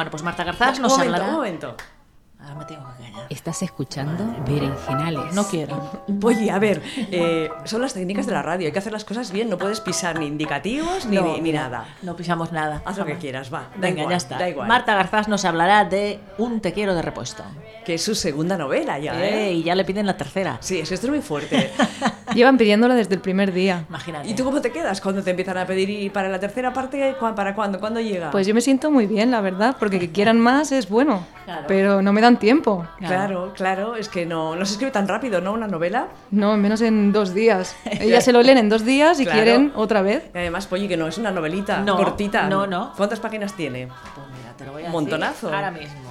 Bueno, pues Marta Garzás Un nos momento, hablará. un momento. Ahora me tengo que callar. Estás escuchando Berenjenales. No quiero. Oye, a ver, eh, son las técnicas de la radio, hay que hacer las cosas bien, no puedes pisar ni indicativos ni, ni- ni nada. No pisamos nada. Haz lo que quieras, va. Da Venga, igual, ya está. Da igual. Marta Garzás nos hablará de Un te quiero de repuesto. Que es su segunda novela ya, Eh, ¿eh? Y ya le piden la tercera. Sí, es que esto es muy fuerte. Llevan pidiéndola desde el primer día. Imagínate. ¿Y tú cómo te quedas cuando te empiezan a pedir y para la tercera parte, ¿cu- para cuándo? ¿Cuándo llega? Pues yo me siento muy bien, la verdad, porque que quieran más es bueno, Claro. pero no me dan tiempo. Claro, claro, es que no, no se escribe tan rápido, ¿no? Una novela. No, menos en dos días. Ellas se lo leen en dos días y Claro. quieren otra vez. Y además, Polly, que no es una novelita No, cortita. no, no. ¿Cuántas páginas tiene? Pues mira, te lo voy a Un montonazo. decir ahora mismo.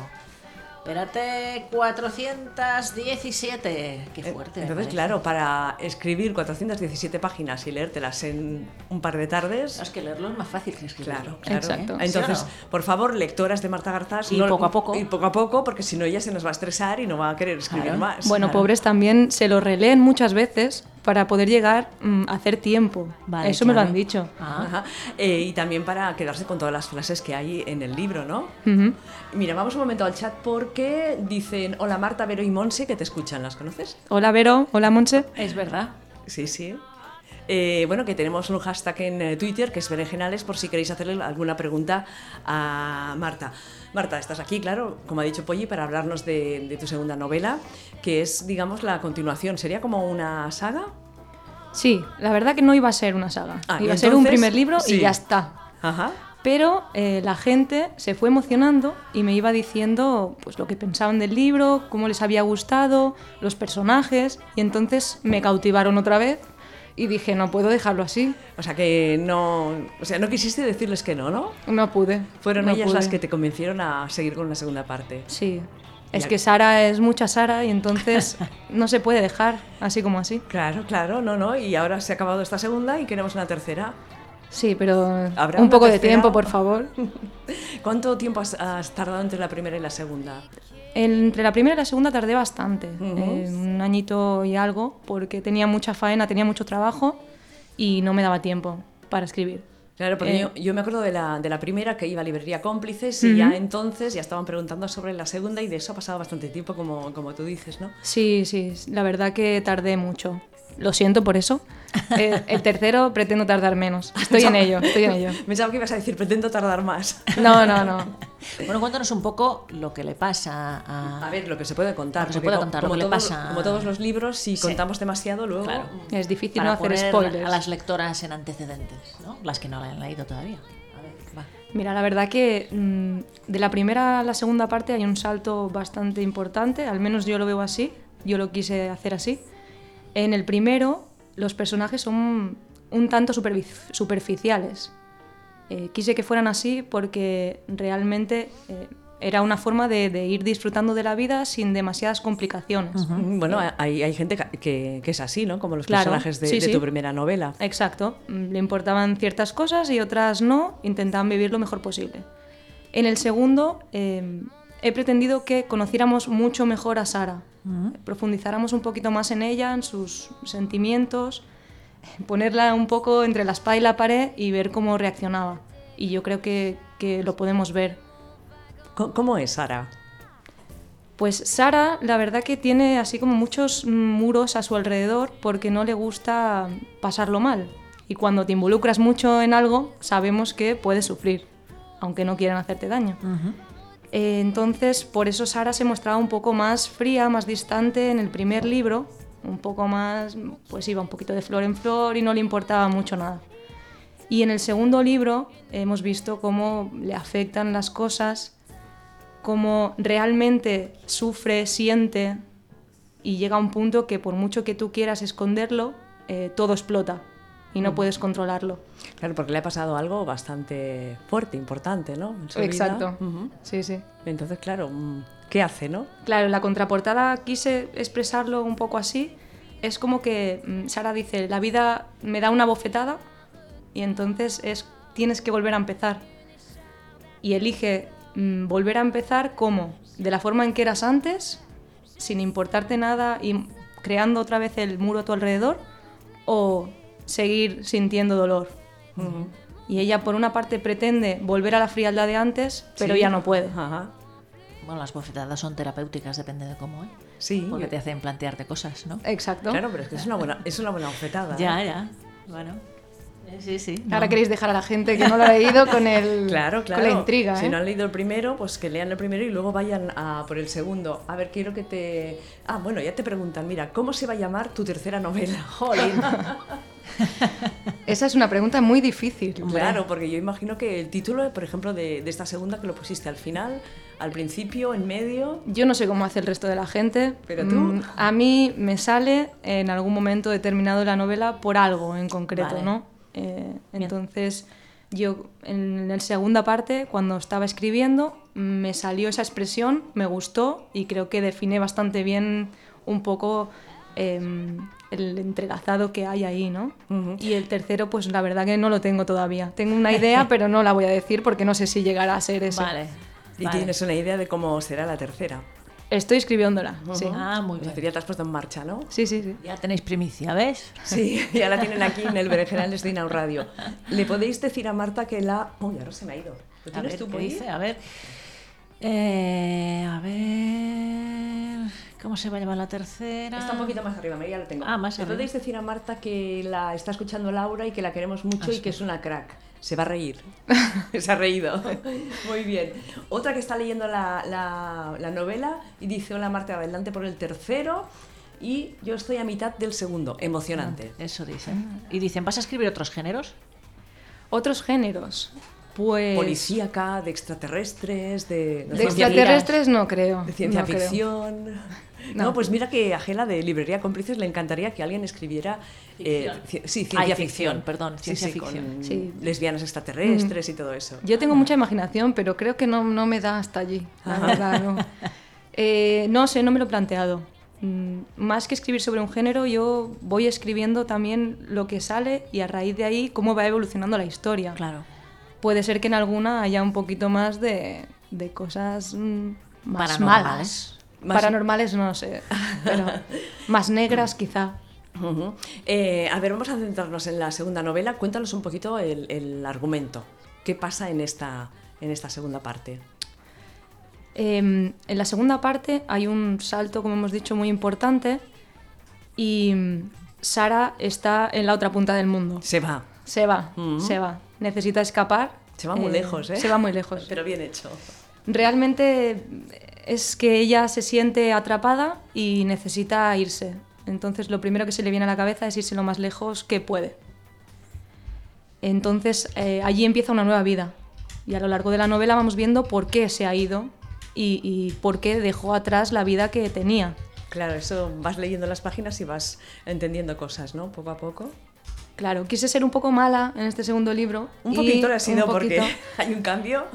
Espérate, 417. Qué fuerte. ¿eh? me Eh, Entonces, parece. claro, para escribir 417 páginas y leértelas en un par de tardes. Es que leerlo es más fácil que escribirlo. Claro, claro. Exacto. ¿Eh? Entonces, ¿Sí o por favor, lectoras de Marta Garzás. Y poco a poco. Y poco a poco, porque si no, ella se nos va a estresar y no va a querer escribir Claro. más. Bueno, Claro. pobres también se lo releen muchas veces para poder llegar mm, a hacer tiempo. Vale, Eso me lo claro. han dicho. Ah. Ajá. Eh, y también para quedarse con todas las frases que hay en el libro, ¿no? Ujú. Mira, vamos un momento al chat porque dicen, hola Marta, Vero y Monse, que te escuchan, ¿las conoces? Hola Vero, hola Monse. Es verdad. Sí, sí. Eh, bueno, que tenemos un hashtag en eh, Twitter que es berenjenales por si queréis hacerle alguna pregunta a Marta. Marta, estás aquí, claro, como ha dicho Polly, para hablarnos de, de tu segunda novela, que es, digamos, la continuación. ¿Sería como una saga? Sí, la verdad que no iba a ser una saga. Ah, y iba a ser un entonces, primer libro sí. y ya está. Ajá. Pero eh, la gente se fue emocionando y me iba diciendo pues, lo que pensaban del libro, cómo les había gustado, los personajes, y entonces me cautivaron otra vez y dije, no puedo dejarlo así. O sea, que no, o sea, no quisiste decirles que no, ¿no? No pude. Fueron no ellas pude. las que te convencieron a seguir con la segunda parte. Sí. Es Ya. que Sara es mucha Sara y entonces no se puede dejar así como así. Claro, claro, no, no. Y ahora se ha acabado esta segunda y queremos una tercera. Sí, pero ¿Habrá un una poco de tercera? tiempo, por favor. ¿Cuánto tiempo has, has tardado entre la primera y la segunda? Entre la primera y la segunda tardé bastante, Ujú. eh, un añito y algo, porque tenía mucha faena, tenía mucho trabajo y no me daba tiempo para escribir. Claro, porque Eh, yo, yo me acuerdo de la, de la primera que iba a librería cómplices y ya entonces ya estaban preguntando sobre la segunda y de eso ha pasado bastante tiempo, como, como tú dices, ¿no? Sí, sí, la verdad que tardé mucho. Lo siento por eso. Eh, el tercero pretendo tardar menos. Estoy en ello, estoy en ello. Pensaba que ibas a decir, pretendo tardar más. No, no, no. Bueno, cuéntanos un poco lo que le pasa a. A ver, lo que se puede contar. Ah. Lo que se porque puede co- contar, como lo que le todos- pasa. Como todos los libros, si contamos demasiado, luego... Claro. Es difícil para no poner hacer spoilers. a las lectoras en antecedentes, ¿no? Las que no la han leído todavía. A ver, va. Mira, la verdad que mm, de la primera a la segunda parte hay un salto bastante importante, al menos yo lo veo así, yo lo quise hacer así. En el primero, los personajes son un tanto supervi- superficiales. Eh, quise que fueran así porque realmente eh, era una forma de, de ir disfrutando de la vida sin demasiadas complicaciones. Mm, Bueno, hay, hay gente ca- que, que es así, ¿no? Como los Claro, personajes de, sí, de sí. tu primera novela. Exacto. Mm, Le importaban ciertas cosas y otras no. Intentaban vivir lo mejor posible. En el segundo, eh, he pretendido que conociéramos mucho mejor a Sara. Profundizáramos un poquito más en ella, en sus sentimientos, ponerla un poco entre la espada y la pared y ver cómo reaccionaba. Y yo creo que, que lo podemos ver. Co- ¿Cómo es Sara? Pues Sara, la verdad que tiene así como muchos muros a su alrededor porque no le gusta pasarlo mal. Y cuando te involucras mucho en algo, sabemos que puedes sufrir, aunque no quieran hacerte daño. Eh, Entonces, por eso Sara se mostraba un poco más fría, más distante en el primer libro, un poco más, pues iba un poquito de flor en flor y no le importaba mucho nada. Y en el segundo libro hemos visto cómo le afectan las cosas, cómo realmente sufre, siente y llega a un punto que por mucho que tú quieras esconderlo, eh, todo explota y no puedes controlarlo. Claro, porque le ha pasado algo bastante fuerte, importante, ¿no? En su vida. Ujú. Sí, sí. Entonces, claro, mm, ¿qué hace, no? Claro, la contraportada quise expresarlo un poco así. Es como que mm, Sara dice, la vida me da una bofetada y entonces es, tienes que volver a empezar. Y elige mm, volver a empezar como, de la forma en que eras antes, sin importarte nada y creando otra vez el muro a tu alrededor, o seguir sintiendo dolor. Y ella, por una parte, pretende volver a la frialdad de antes, pero Sí. ya no puede. Ajá. Bueno, las bofetadas son terapéuticas, depende de cómo, ¿eh? Sí. Porque yo- te hacen plantearte cosas, ¿no? Exacto. Claro, pero es que es una buena, es una buena bofetada. ¿eh? ¿eh? Ya, ya. Bueno. Eh, Sí, sí. Ahora no. queréis dejar a la gente que no lo ha leído con, el, Claro, claro. con la intriga. Si ¿eh? no han leído el primero, pues que lean el primero y luego vayan a por el segundo. A ver, quiero que te. Ah, bueno, ya te preguntan, mira, ¿cómo se va a llamar tu tercera novela? Jolín. Esa es una pregunta muy difícil. claro, porque yo imagino que el título, por ejemplo, de, de esta segunda que lo pusiste al final, al principio, en medio. Yo no sé cómo hace el resto de la gente. Pero tú. Mm, a mí me sale en algún momento determinado de la novela por algo en concreto, Vale. ¿no? Eh, entonces, yo en la segunda parte, cuando estaba escribiendo, me salió esa expresión, me gustó y creo que define bastante bien un poco em, el entrelazado que hay ahí, ¿no? Ujú. Y el tercero, pues la verdad que no lo tengo todavía. Tengo una idea, pero no la voy a decir porque no sé si llegará a ser eso. Vale. Y vale. tienes una idea de cómo será la tercera. Estoy escribiéndola, sí. Ah, muy O sea, bien. ya te has puesto en marcha, ¿no? Sí, sí, sí. Ya tenéis primicia, ¿ves? Sí, ya la tienen aquí en el Berenjenales de Inau Radio. ¿Le podéis decir a Marta que la. Uy, ahora se me ha ido. ¿Lo A tienes ver, tú, ¿qué Polly? dice? A ver. Eh, a ver. ¿Cómo se va a llamar la tercera? Está un poquito más arriba, María, lo tengo. Ah, más Le arriba. podéis decir a Marta que la está escuchando Laura y que la queremos Ah, mucho y que es una crack. Se va a reír. Se ha reído. Muy bien. Otra que está leyendo la, la- la novela y dice: Hola Marta, adelante por el tercero. Y yo estoy a mitad del segundo. Emocionante. Eso dicen. Y dicen, ¿vas a escribir otros géneros? Otros géneros. Pues. Policíaca, de extraterrestres, de. De extraterrestres no creo. De ciencia no creo. ficción. No. No. pues mira que a Gela de Librería Cómplices le encantaría que alguien escribiera. eh, ci- sí, ciencia Ay, ficción. ficción, perdón, Sí, ciencia sí, con ficción. Sí. Lesbianas extraterrestres y todo eso. Yo tengo mucha imaginación, pero creo que no, no me da hasta allí. La Ajá. verdad, no. Eh, no sé, no me lo he planteado. Mm, Más que escribir sobre un género, yo voy escribiendo también lo que sale y a raíz de ahí cómo va evolucionando la historia. Claro. Puede ser que en alguna haya un poquito más de, de cosas mm, más Paranormales. malas. Más- Paranormales no sé, pero más negras quizá. Ujú. Eh, a ver, vamos a centrarnos en la segunda novela. Cuéntanos un poquito el, el argumento. ¿Qué pasa en esta, en esta segunda parte? Eh, en la segunda parte hay un salto, como hemos dicho, muy importante y mm, Sara está en la otra punta del mundo. Se va. Se va, Ujú. se va. Necesita escapar. Se va muy lejos, ¿eh? Se va muy lejos. Pero bien hecho. Realmente eh, es que ella se siente atrapada y necesita irse. Entonces lo primero que se le viene a la cabeza es irse lo más lejos que puede. Entonces eh, allí empieza una nueva vida. Y a lo largo de la novela vamos viendo por qué se ha ido y, y por qué dejó atrás la vida que tenía. Claro, eso vas leyendo las páginas y vas entendiendo cosas, ¿no? Poco a poco. Claro, quise ser un poco mala en este segundo libro. Un y poquito lo ha un sido porque poquito- hay un cambio.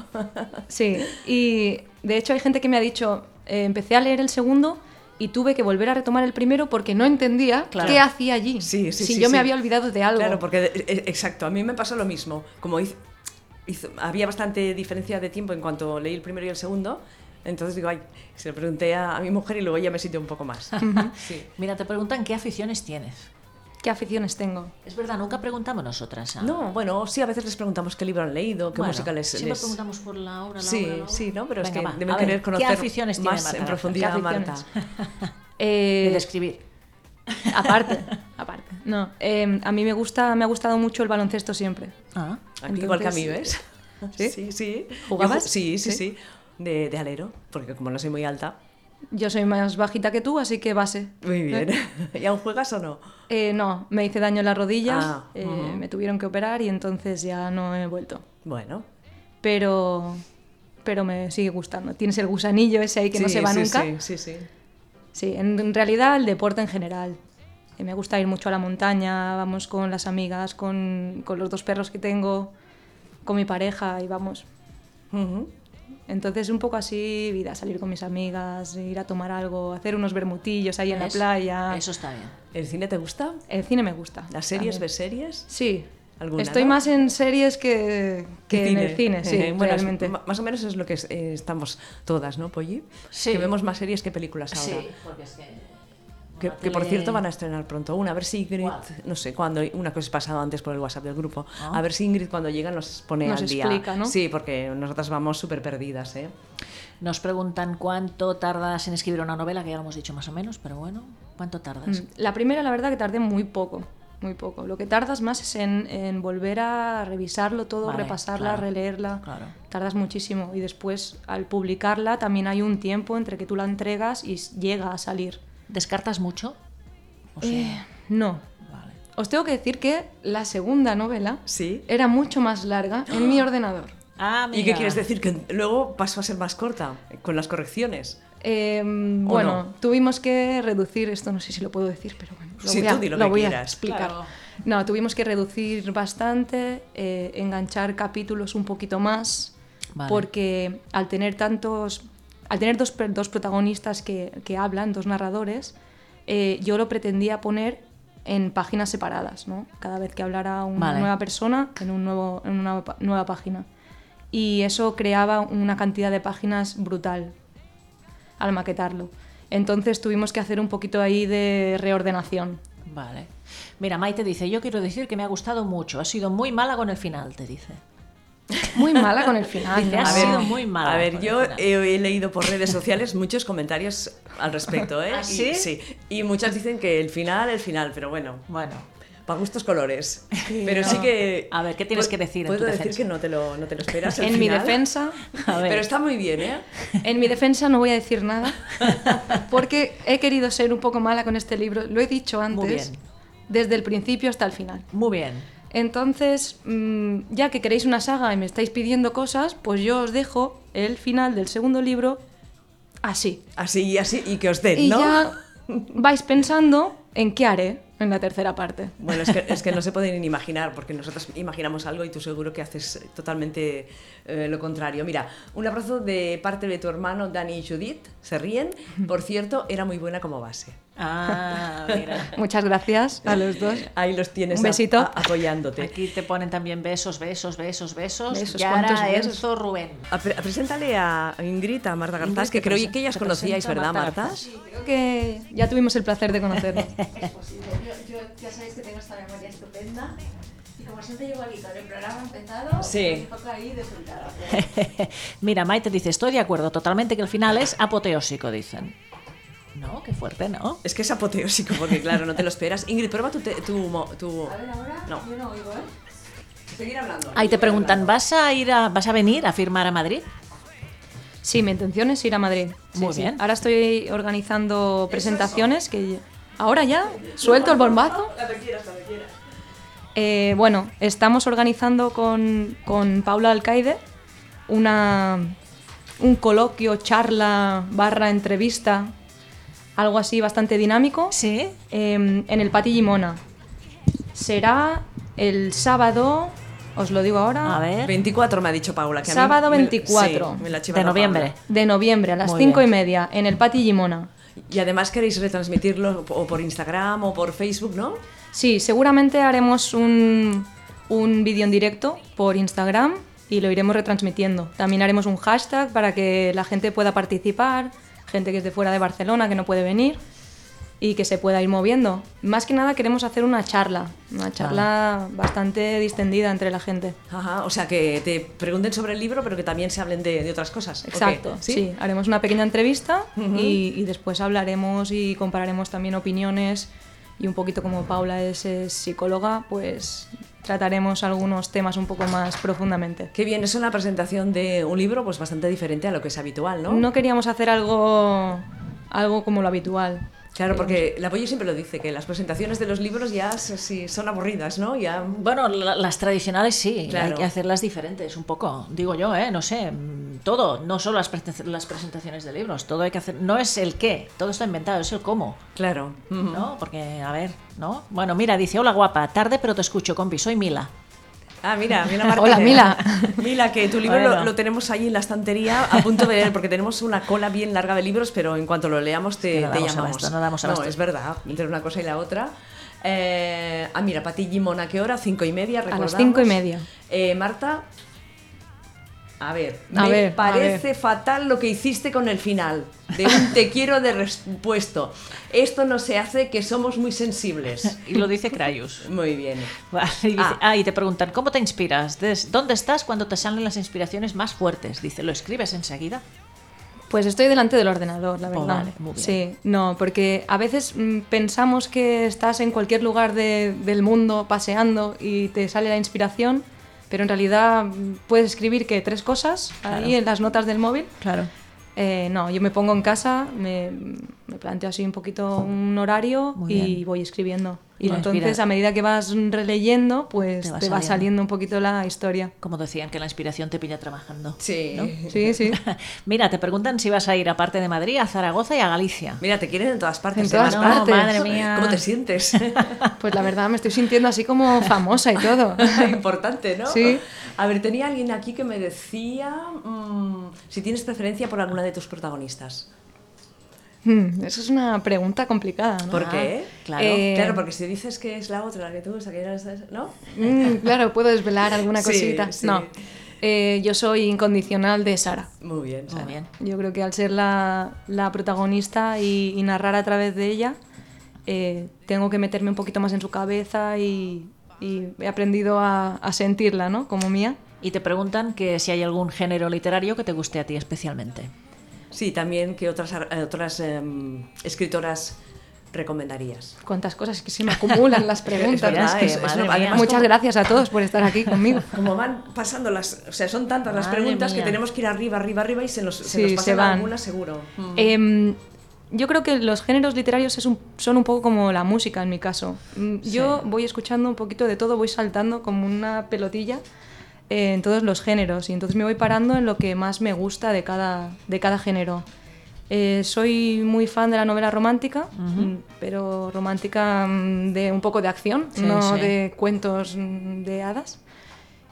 Sí, y de hecho hay gente que me ha dicho, eh, empecé a leer el segundo y tuve que volver a retomar el primero porque no entendía Claro. qué hacía allí. Sí, sí, si sí, yo sí. me había olvidado de algo. Claro, porque eh, eh, exacto, a mí me pasó lo mismo. Como hiz- hizo- había bastante diferencia de tiempo en cuanto leí el primero y el segundo, entonces digo, ay, se lo pregunté a, a mi mujer y luego ella me sitió un poco más. Sí. Mira, te preguntan qué aficiones tienes. ¿Qué aficiones tengo? Es verdad, nunca preguntamos nosotras. ¿ah? No, bueno, sí, a veces les preguntamos qué libro han leído, qué Bueno, música les... Siempre les- preguntamos por la obra, la Sí, obra, la obra. sí, ¿no? Pero Venga, es que va, deben a ver, querer conocer ¿Qué aficiones más tiene Marta en Garza? profundidad ¿Qué a Marta. Eh, De describir. aparte, aparte. No, eh, a mí me gusta, me ha gustado mucho el baloncesto siempre. Ah, A mí Igual que a mí, ¿ves? Entonces, Sí, ¿sí? sí. ¿Jugabas? Yo ju- sí, sí, sí. Sí. De, de alero, porque como no soy muy alta. Yo soy más bajita que tú, así que base. Muy bien. ¿Y aún juegas o no? Eh, no, me hice daño en las rodillas, Ah, eh, ujú. me tuvieron que operar y entonces ya no he vuelto. Bueno, Pero, pero me sigue gustando. Tienes el gusanillo ese ahí que no Sí, se va sí, nunca. Sí, sí, sí. Sí, en en realidad el deporte en general. Eh, Me gusta ir mucho a la montaña, vamos con las amigas, con, con los dos perros que tengo, con mi pareja y vamos. Ujú. Entonces un poco así, vida, salir con mis amigas, ir a tomar algo, hacer unos bermutillos ahí en la ¿ves? playa. Eso está bien. ¿El cine te gusta? El cine me gusta. ¿Las series? también. ¿Ves series? Sí. ¿Alguna, Estoy no? más en series que, que en el cine, sí, Eh, bueno, es- realmente. ma- más o menos es lo que es- eh, estamos todas, ¿no, Polly? Sí. Que vemos más series que películas ahora. porque es que Que, Una que, por tele- cierto van a estrenar pronto una, a ver si Ingrid, ¿Cuál? no sé, cuando una cosa es pasado antes por el WhatsApp del grupo, Ah. a ver si Ingrid cuando llega nos pone Nos al día. explica, ¿no? Sí, porque nosotras vamos súper perdidas, ¿eh? Nos preguntan cuánto tardas en escribir una novela, que ya lo hemos dicho más o menos, pero bueno, ¿cuánto tardas? Mm, La primera, la verdad, que tardé muy poco. Muy poco. Lo que tardas más es en, en volver a revisarlo todo, Vale, repasarla, claro, releerla. claro. Tardas muchísimo. Y después, al publicarla, también hay un tiempo entre que tú la entregas y s- llega a salir. ¿Descartas mucho? O sea, Eh, no. vale. Os tengo que decir que la segunda novela Sí. era mucho más larga en mi ordenador. Ah, ¿Y mira. qué quieres decir? Que luego pasó a ser más corta, con las correcciones. Eh, ¿O bueno, no? tuvimos que reducir, esto no sé si lo puedo decir, pero bueno, lo Sí, voy a, tú di lo que voy a quieras. explicar. Claro. No, tuvimos que reducir bastante, eh, enganchar capítulos un poquito más, Vale. porque al tener tantos, al tener dos, per- dos protagonistas que, que hablan, dos narradores, eh, yo lo pretendía poner en páginas separadas, ¿no? Cada vez que hablara una Vale. nueva persona en, un nuevo, en una pa- nueva página. Y eso creaba una cantidad de páginas brutal al maquetarlo. Entonces tuvimos que hacer un poquito ahí de reordenación. Vale. Mira, Maite dice, yo quiero decir que me ha gustado mucho. Has sido muy mala con el final, te dice. Muy mala con el final. Dice, ¿no? "Ha sido muy mala A ¿eh? ver, con yo el final". he, he leído por redes sociales muchos comentarios al respecto, ¿eh? ¿Ah, Y- sí? Y muchas dicen que el final, el final, pero bueno, Bueno, para gustos colores. Pero sí que. A ver, ¿qué tienes Pu- que decir en Puedo tu decir defensa? que no te lo, no te lo esperas. el En mi final. defensa, A ver. Pero está muy bien, ¿eh? en mi defensa no voy a decir nada porque he querido ser un poco mala con este libro. Lo he dicho Muy antes, bien. desde el principio hasta el final. muy bien. Entonces, mm, ya que queréis una saga y me estáis pidiendo cosas, pues yo os dejo el final del segundo libro así. Así y así, y que os den, Y Eh, ¿no? ya vais pensando en qué haré en la tercera parte. Bueno, es que, es que no se pueden ni imaginar, porque nosotros imaginamos algo y tú seguro que haces totalmente eh, lo contrario. Mira, un abrazo de parte de tu hermano Dani y Judith, se ríen. Por cierto, era muy buena como base. Ah, mira. Muchas gracias a los dos. Ahí los tienes Un besito. a- a- apoyándote. Aquí te ponen también besos, besos, besos, besos. Besos, ¿cuántos Yara, besos? Enzo, Rubén. A- pre- preséntale a Ingrid, a Marta Ingrid, Garzás, que te creo presen- que ellas te conocíais, presento a ¿verdad, Marta Marta? Garzás. Creo que ya tuvimos el placer de conocernos. Yo, yo- ya sabéis que tengo esta memoria estupenda. Y como siempre llego aquí con el programa empezado, Sí. me toca ahí de soltada. Mira, Maite dice, estoy de acuerdo totalmente que el final es apoteósico, dicen. No, qué fuerte, ¿no? Es que es apoteósico, porque claro, no te lo esperas. Ingrid, prueba tu... te- tu, mo- tu- A ver, ahora No. yo no oigo, ¿eh? Seguir hablando. Ahí te preguntan, ¿vas a ir a, vas a venir a firmar a Madrid? Sí, mi intención es ir a Madrid. Sí, Muy sí. bien. Ahora estoy organizando presentaciones que ahora ya suelto el bombazo. Eh, bueno, estamos organizando con, con Paula Alcaide una, un coloquio, charla, barra entrevista, algo así bastante dinámico, Sí. eh, en el Pati Gimona. Será el sábado, os lo digo ahora, A ver, 24 me ha dicho Paula. Que a mí ¿eh? Sábado me- 24 sí, me la ha chivado de noviembre. Paula. de noviembre a las Muy cinco y bien. media, en el Pati Gimona. Y además queréis retransmitirlo o por Instagram o por Facebook, ¿no? Sí, seguramente haremos un, un vídeo en directo por Instagram y lo iremos retransmitiendo. También haremos un hashtag para que la gente pueda participar, gente que es de fuera de Barcelona, que no puede venir y que se pueda ir moviendo. Más que nada queremos hacer una charla, una charla bastante distendida entre la gente. Ajá, o sea, que te pregunten sobre el libro, pero que también se hablen de, de otras cosas. ¿o qué? Exacto, ¿sí? Haremos una pequeña entrevista y, y después hablaremos y compararemos también opiniones. Y un poquito como Paula es, eh, psicóloga, pues trataremos algunos temas un poco más profundamente. Qué bien, es una presentación de un libro pues bastante diferente a lo que es habitual, ¿no? ¿No? queríamos hacer algo, algo como lo habitual. Claro, porque la Polly siempre lo dice, que las presentaciones de los libros ya se- sí, son aburridas, ¿no? Ya... Bueno, la- las tradicionales sí, Claro. hay que hacerlas diferentes un poco, digo yo, ¿eh? No sé, mm, todo, no solo las, presen- las presentaciones de libros, todo hay que hacer, no es el qué, todo está inventado, es el cómo, Claro. Ujú. ¿no? Porque, a ver, ¿no? Bueno, mira, dice, hola guapa, tarde pero te escucho, compi, soy Mila. Ah, mira, mira Marta. Hola, que- Mila. Mila, que tu libro Bueno. lo, lo tenemos ahí en la estantería a punto de leer, porque tenemos una cola bien larga de libros, pero en cuanto lo leamos te, que no te damos llamamos. abasto, no damos abasto. es verdad, entre una cosa y la otra. Eh, ah, mira, Pati Gimona, ¿qué hora? Cinco y media, las recordamos. cinco y media. Eh, Marta, Eh, A ver, A me ver, a parece fatal lo que hiciste con el final, de un te quiero de respuesto. Esto no se hace, que somos muy sensibles. Y lo dice Crayus. Muy bien. Vale, y dice- Ah. ah. y te preguntan, ¿cómo te inspiras? Des- ¿Dónde estás cuando te salen las inspiraciones más fuertes? Dice, ¿lo escribes enseguida? Pues estoy delante del ordenador, la Oh, verdad. vale, muy bien. Sí, no, porque a veces mm, pensamos que estás en cualquier lugar de- del mundo paseando y te sale la inspiración, pero en realidad mm, puedes escribir que tres cosas Claro. ahí en las notas del móvil. Claro. Eh, no, yo me pongo en casa, me, me planteo así un poquito un horario Muy y bien. voy escribiendo. Y Y la entonces inspira- a medida que vas releyendo, Te pues te va va, saliendo. saliendo un poquito la historia. Como decían que la inspiración te pilla trabajando. Sí. Sí, sí. Mira, te preguntan si vas a ir aparte de Madrid, a Zaragoza y a Galicia. Mira, te quieren en todas partes. En todas ¿eh, No, Marta? partes. madre mía. ¿Cómo te sientes? Pues la verdad me estoy sintiendo así como famosa y todo. Importante, ¿no? Sí. A ver, tenía alguien aquí que me decía mm, si tienes preferencia por alguna de tus protagonistas. Hmm, esa es una pregunta complicada, ¿no? ¿Por qué? claro. Ah, Eh, Claro, porque si dices que es la otra la que te gusta, que ya no estás- ¿no? Mm, claro, puedo desvelar alguna Sí, cosita. sí. No, Eh, yo soy incondicional de Sara. Muy bien, Muy Sara. bien. Yo creo que al ser la, la protagonista y, y narrar a través de ella, eh, tengo que meterme un poquito más en su cabeza y, y he aprendido a, a sentirla, ¿no? Como mía. Y te preguntan que si hay algún género literario que te guste a ti especialmente. Sí, también, ¿qué otras, ar- eh, otras em, escritoras recomendarías? Cuántas cosas que se me acumulan las preguntas. verdad, ¿no? Es que eh, madre mía. además, Muchas como- gracias a todos por estar aquí conmigo. Como van pasando las, o sea, son tantas las Madre preguntas mía. que tenemos que ir arriba, arriba, arriba y se nos, se Sí, nos se pasan van. algunas seguro. Mm. Em, yo creo que los géneros literarios es un- son un poco como la música en mi caso. Mm, Yo voy escuchando un poquito de todo, voy saltando como una pelotilla eh, en todos los géneros y entonces me voy parando en lo que más me gusta de cada, de cada género. Eh, soy muy fan de la novela romántica, mm, pero romántica mm, de un poco de acción, Sí, no sí. de cuentos mm, de hadas.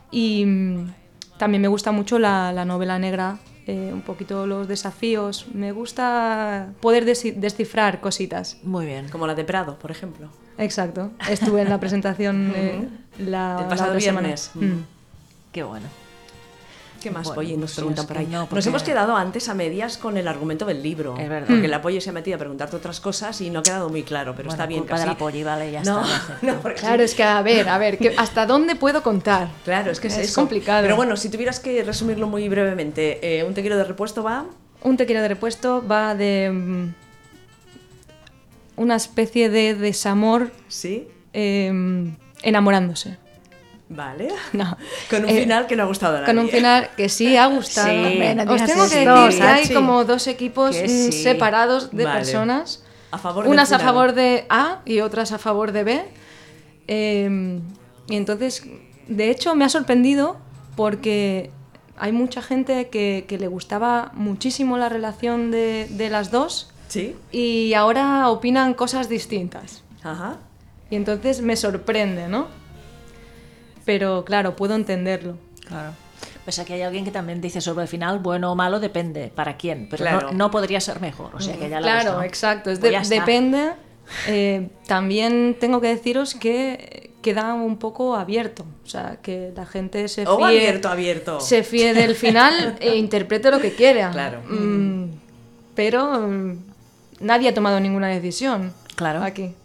Y mm, también me gusta mucho la, la novela negra, eh, un poquito los desafíos. Me gusta poder desi- descifrar cositas. Muy bien. Como la de Prado, por ejemplo. Exacto. Estuve en la presentación eh, la, El la pasado otra semana. viernes. Mm. Qué bueno. ¿Qué más, Bueno, Polly? Nos sí, preguntan es por que ahí. no, Nos porque- hemos quedado antes a medias con el argumento del libro. Es verdad. Mm. Porque la Polly se ha metido a preguntarte otras cosas y no ha quedado muy claro, pero Bueno, está bien culpa de casi. la Polly, vale, ya está, lo no, acepto. no, porque Claro, sí. es que a ver, a ver, ¿qué- ¿hasta dónde puedo contar? Claro, es que es, es eso. complicado. Pero bueno, si tuvieras que resumirlo muy brevemente, eh, un te quiero de repuesto va. Un tequila de repuesto va de mm, una especie de desamor Sí, em, enamorándose. vale. No. Con un Eh, final que no ha gustado a nadie. Con un final que sí ha gustado. Sí. Hombre, no Os digas tengo que eso, decir que hay Sachi. como dos equipos Que mm, sí. separados de Vale. personas. A favor unas del a final. favor de A y otras a favor de B. Eh, y entonces, de hecho, me ha sorprendido porque hay mucha gente que, que le gustaba muchísimo la relación de, de las dos Sí. y ahora opinan cosas distintas. Ajá. Y entonces me sorprende, ¿no? Pero claro, puedo entenderlo. Claro. Pues aquí hay alguien que también dice sobre el final, bueno o malo, depende para quién, pero Claro. no, no podría ser mejor. O sea que ya la Claro, has, ¿no? exacto. es Pues de- ya está. depende. Eh, también tengo que deciros que queda un poco abierto. O sea, que la gente se O fíe, abierto, abierto. se fíe del final e interprete lo que quiera. Claro. Mm, pero mm, nadie ha tomado ninguna decisión. Claro. Aquí.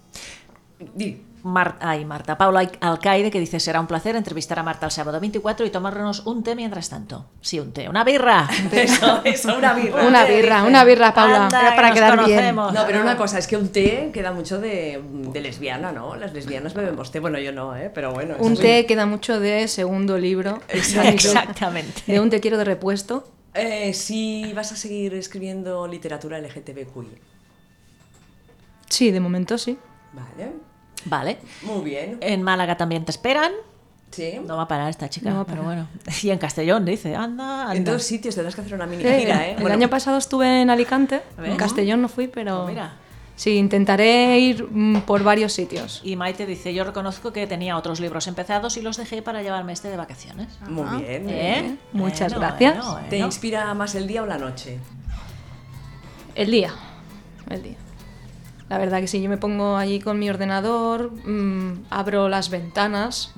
Di. Mar- ay, Marta. Paula Alcaide que dice: Será un placer entrevistar a Marta el sábado 24 y tomarnos un té mientras tanto. Sí, un té. ¡Una birra! Eso, eso, una birra. Una Te birra, dije. una birra, Paula. Anda, era para nos quedar bien. conocemos. No, pero una cosa, es que un té queda mucho de, de lesbiana, ¿no? Las lesbianas bebemos té, bueno, yo no, ¿eh? Pero bueno. Pues Un eso- té queda mucho de segundo libro. Exactamente. De un te quiero de repuesto. Eh, si vas a seguir escribiendo literatura LGTBQI, Sí, de momento sí. ¿vale? Vale. Muy bien. En Málaga también te esperan. Sí. No va a parar esta chica, No va a pero parar. bueno. Y en Castellón dice: Anda, anda. En dos sitios tendrás que hacer una mini Eh, gira, ¿eh? El Bueno, año pasado estuve en Alicante, ¿Ves? en Castellón no fui, pero Pues mira. sí, intentaré ir mm, por varios sitios. Y Maite dice: Yo reconozco que tenía otros libros empezados y los dejé para llevarme este de vacaciones. Muy bien. ¿Eh? Muchas Bueno, gracias. bueno, eh. bueno. ¿Te inspira más el día o la noche? El día, el día. La verdad que si yo me pongo allí con mi ordenador, mm, abro las ventanas,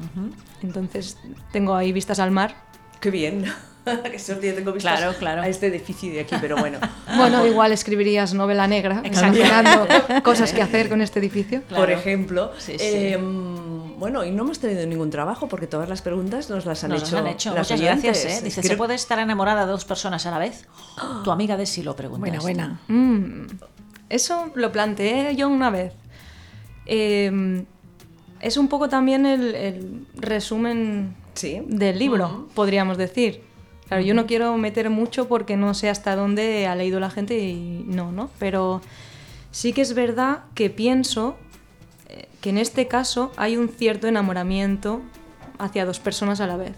entonces tengo ahí vistas al mar Qué bien. que suerte yo tengo vistas Claro, claro. a este déficit de aquí, pero bueno. Bueno, igual escribirías novela negra, Ah, Exacto. imaginando cosas que hacer con este edificio. Por Claro. ejemplo. Sí, sí. Eh, bueno, y no hemos tenido ningún trabajo porque todas las preguntas nos las han Nos hecho. las han hecho. las Muchas gracias. oyentes. ¿eh? Dice, ¿se Creo- puede estar enamorada de dos personas a la vez? Tu amiga de si lo preguntas. Buena, buena. Mm, eso lo planteé yo una vez. Eh, es un poco también el, el resumen Sí. del libro, podríamos decir. Claro, yo no quiero meter mucho porque no sé hasta dónde ha leído la gente y no, ¿no? Pero sí que es verdad que pienso eh, que en este caso hay un cierto enamoramiento hacia dos personas a la vez.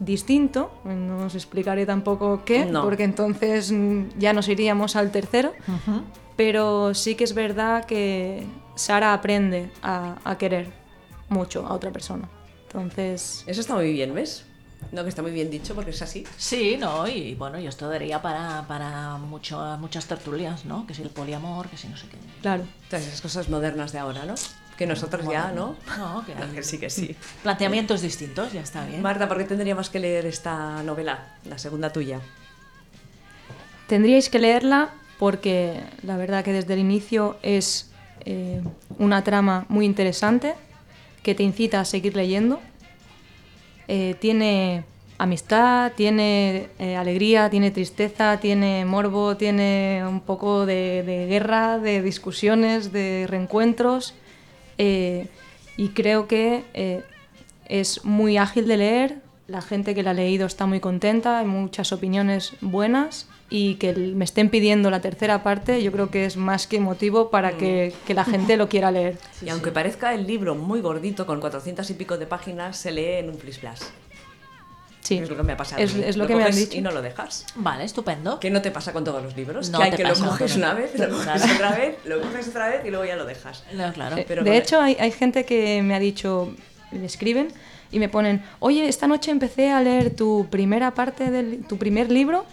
Distinto, no os explicaré tampoco qué, No. porque entonces mm, ya nos iríamos al tercero, Ujú. pero sí que es verdad que Sara aprende a, a querer mucho a otra persona. Entonces, Eso está muy bien, ¿ves? No, que está muy bien dicho porque es así. Sí, no, y bueno, y esto daría para, para mucho- muchas tertulias, ¿no? Que si el poliamor, que si no sé qué. claro. Todas esas cosas modernas de ahora, ¿no? Que nosotros ya, ¿no? No, ¿Eh? que hay Que sí, que sí. planteamientos distintos, ya está bien. Marta, ¿por qué tendríamos que leer esta novela, la segunda tuya? Tendríais que leerla porque la verdad que desde el inicio es eh, una trama muy interesante que te incita a seguir leyendo. Eh, tiene amistad, tiene eh, alegría, tiene tristeza, tiene morbo, tiene un poco de, de guerra, de discusiones, de reencuentros. Eh, y creo que eh, es muy ágil de leer. La gente que la ha leído está muy contenta, hay muchas opiniones buenas y que el- me estén pidiendo la tercera parte, yo creo que es más que motivo para Mm. que, que la gente lo quiera leer. y aunque parezca el libro muy gordito, con 400 y pico de páginas, se lee en un plis plas. Sí, Es lo que me ha pasado. a Es- mí. es lo que me han coges dicho. Y no lo dejas. Vale, estupendo. Que no te pasa con todos los libros. No que hay te que lo pasa con coges todos. una vez, lo coges Claro. otra vez, lo coges otra vez y luego ya lo dejas. No, claro. Sí. pero de con- hecho, hay, hay gente que me ha dicho, me escriben y me ponen, oye, esta noche empecé a leer tu primera parte del tu primer libro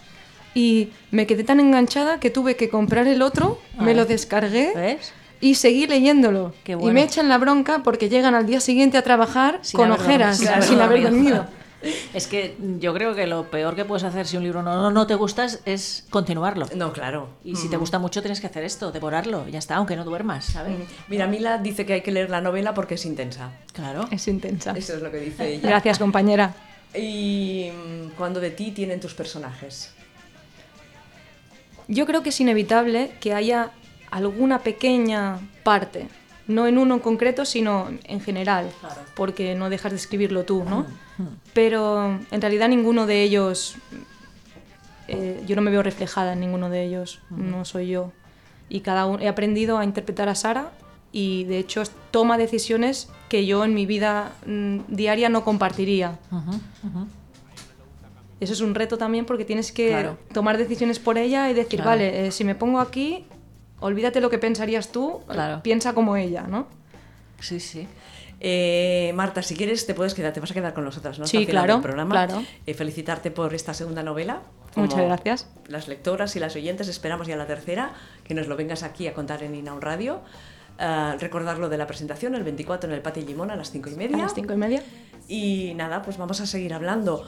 y me quedé tan enganchada que tuve que comprar el otro, me Ah. lo descargué ¿Ves? y seguí leyéndolo. Qué bueno. Y me echan la bronca porque llegan al día siguiente a trabajar Sin con haber ojeras, dormido. sin haber dormido. Es que yo creo que lo peor que puedes hacer si un libro no, no, no te gusta es- es continuarlo. No, claro. Mm. Y si te gusta mucho tienes que hacer esto, devorarlo, ya está, aunque no duermas, ¿sabes? Mira, Mila dice que hay que leer la novela porque es intensa. Claro. Es intensa. Eso es lo que dice ella. Gracias, compañera. ¿Y mm, cuándo de ti tienen tus personajes? Yo creo que es inevitable que haya alguna pequeña parte, no en uno en concreto, sino en general, Claro. porque no dejas de escribirlo tú, ¿no? Pero en realidad ninguno de ellos, eh, yo no me veo reflejada en ninguno de ellos, no soy yo. Y cada uno, he aprendido a interpretar a Sara y de hecho es- toma decisiones que yo en mi vida mm, diaria no compartiría. Ujú, ujú. Eso es un reto también porque tienes que Claro. tomar decisiones por ella y decir, Claro. vale, eh, si me pongo aquí, olvídate lo que pensarías tú, Claro. piensa como ella, ¿no? Sí, sí. Eh, Marta, si quieres te puedes quedar, te vas a quedar con nosotras, ¿no? Sí, Hasta el final claro, del programa. claro. Eh, felicitarte por esta segunda novela. Como Muchas gracias. Las lectoras y las oyentes esperamos ya la tercera, que nos lo vengas aquí a contar en Inaun Radio. Eh, recordar lo de la presentación el 24 en el Patio Limón a las 5 y media. A las cinco y media. Y nada, pues vamos a seguir hablando.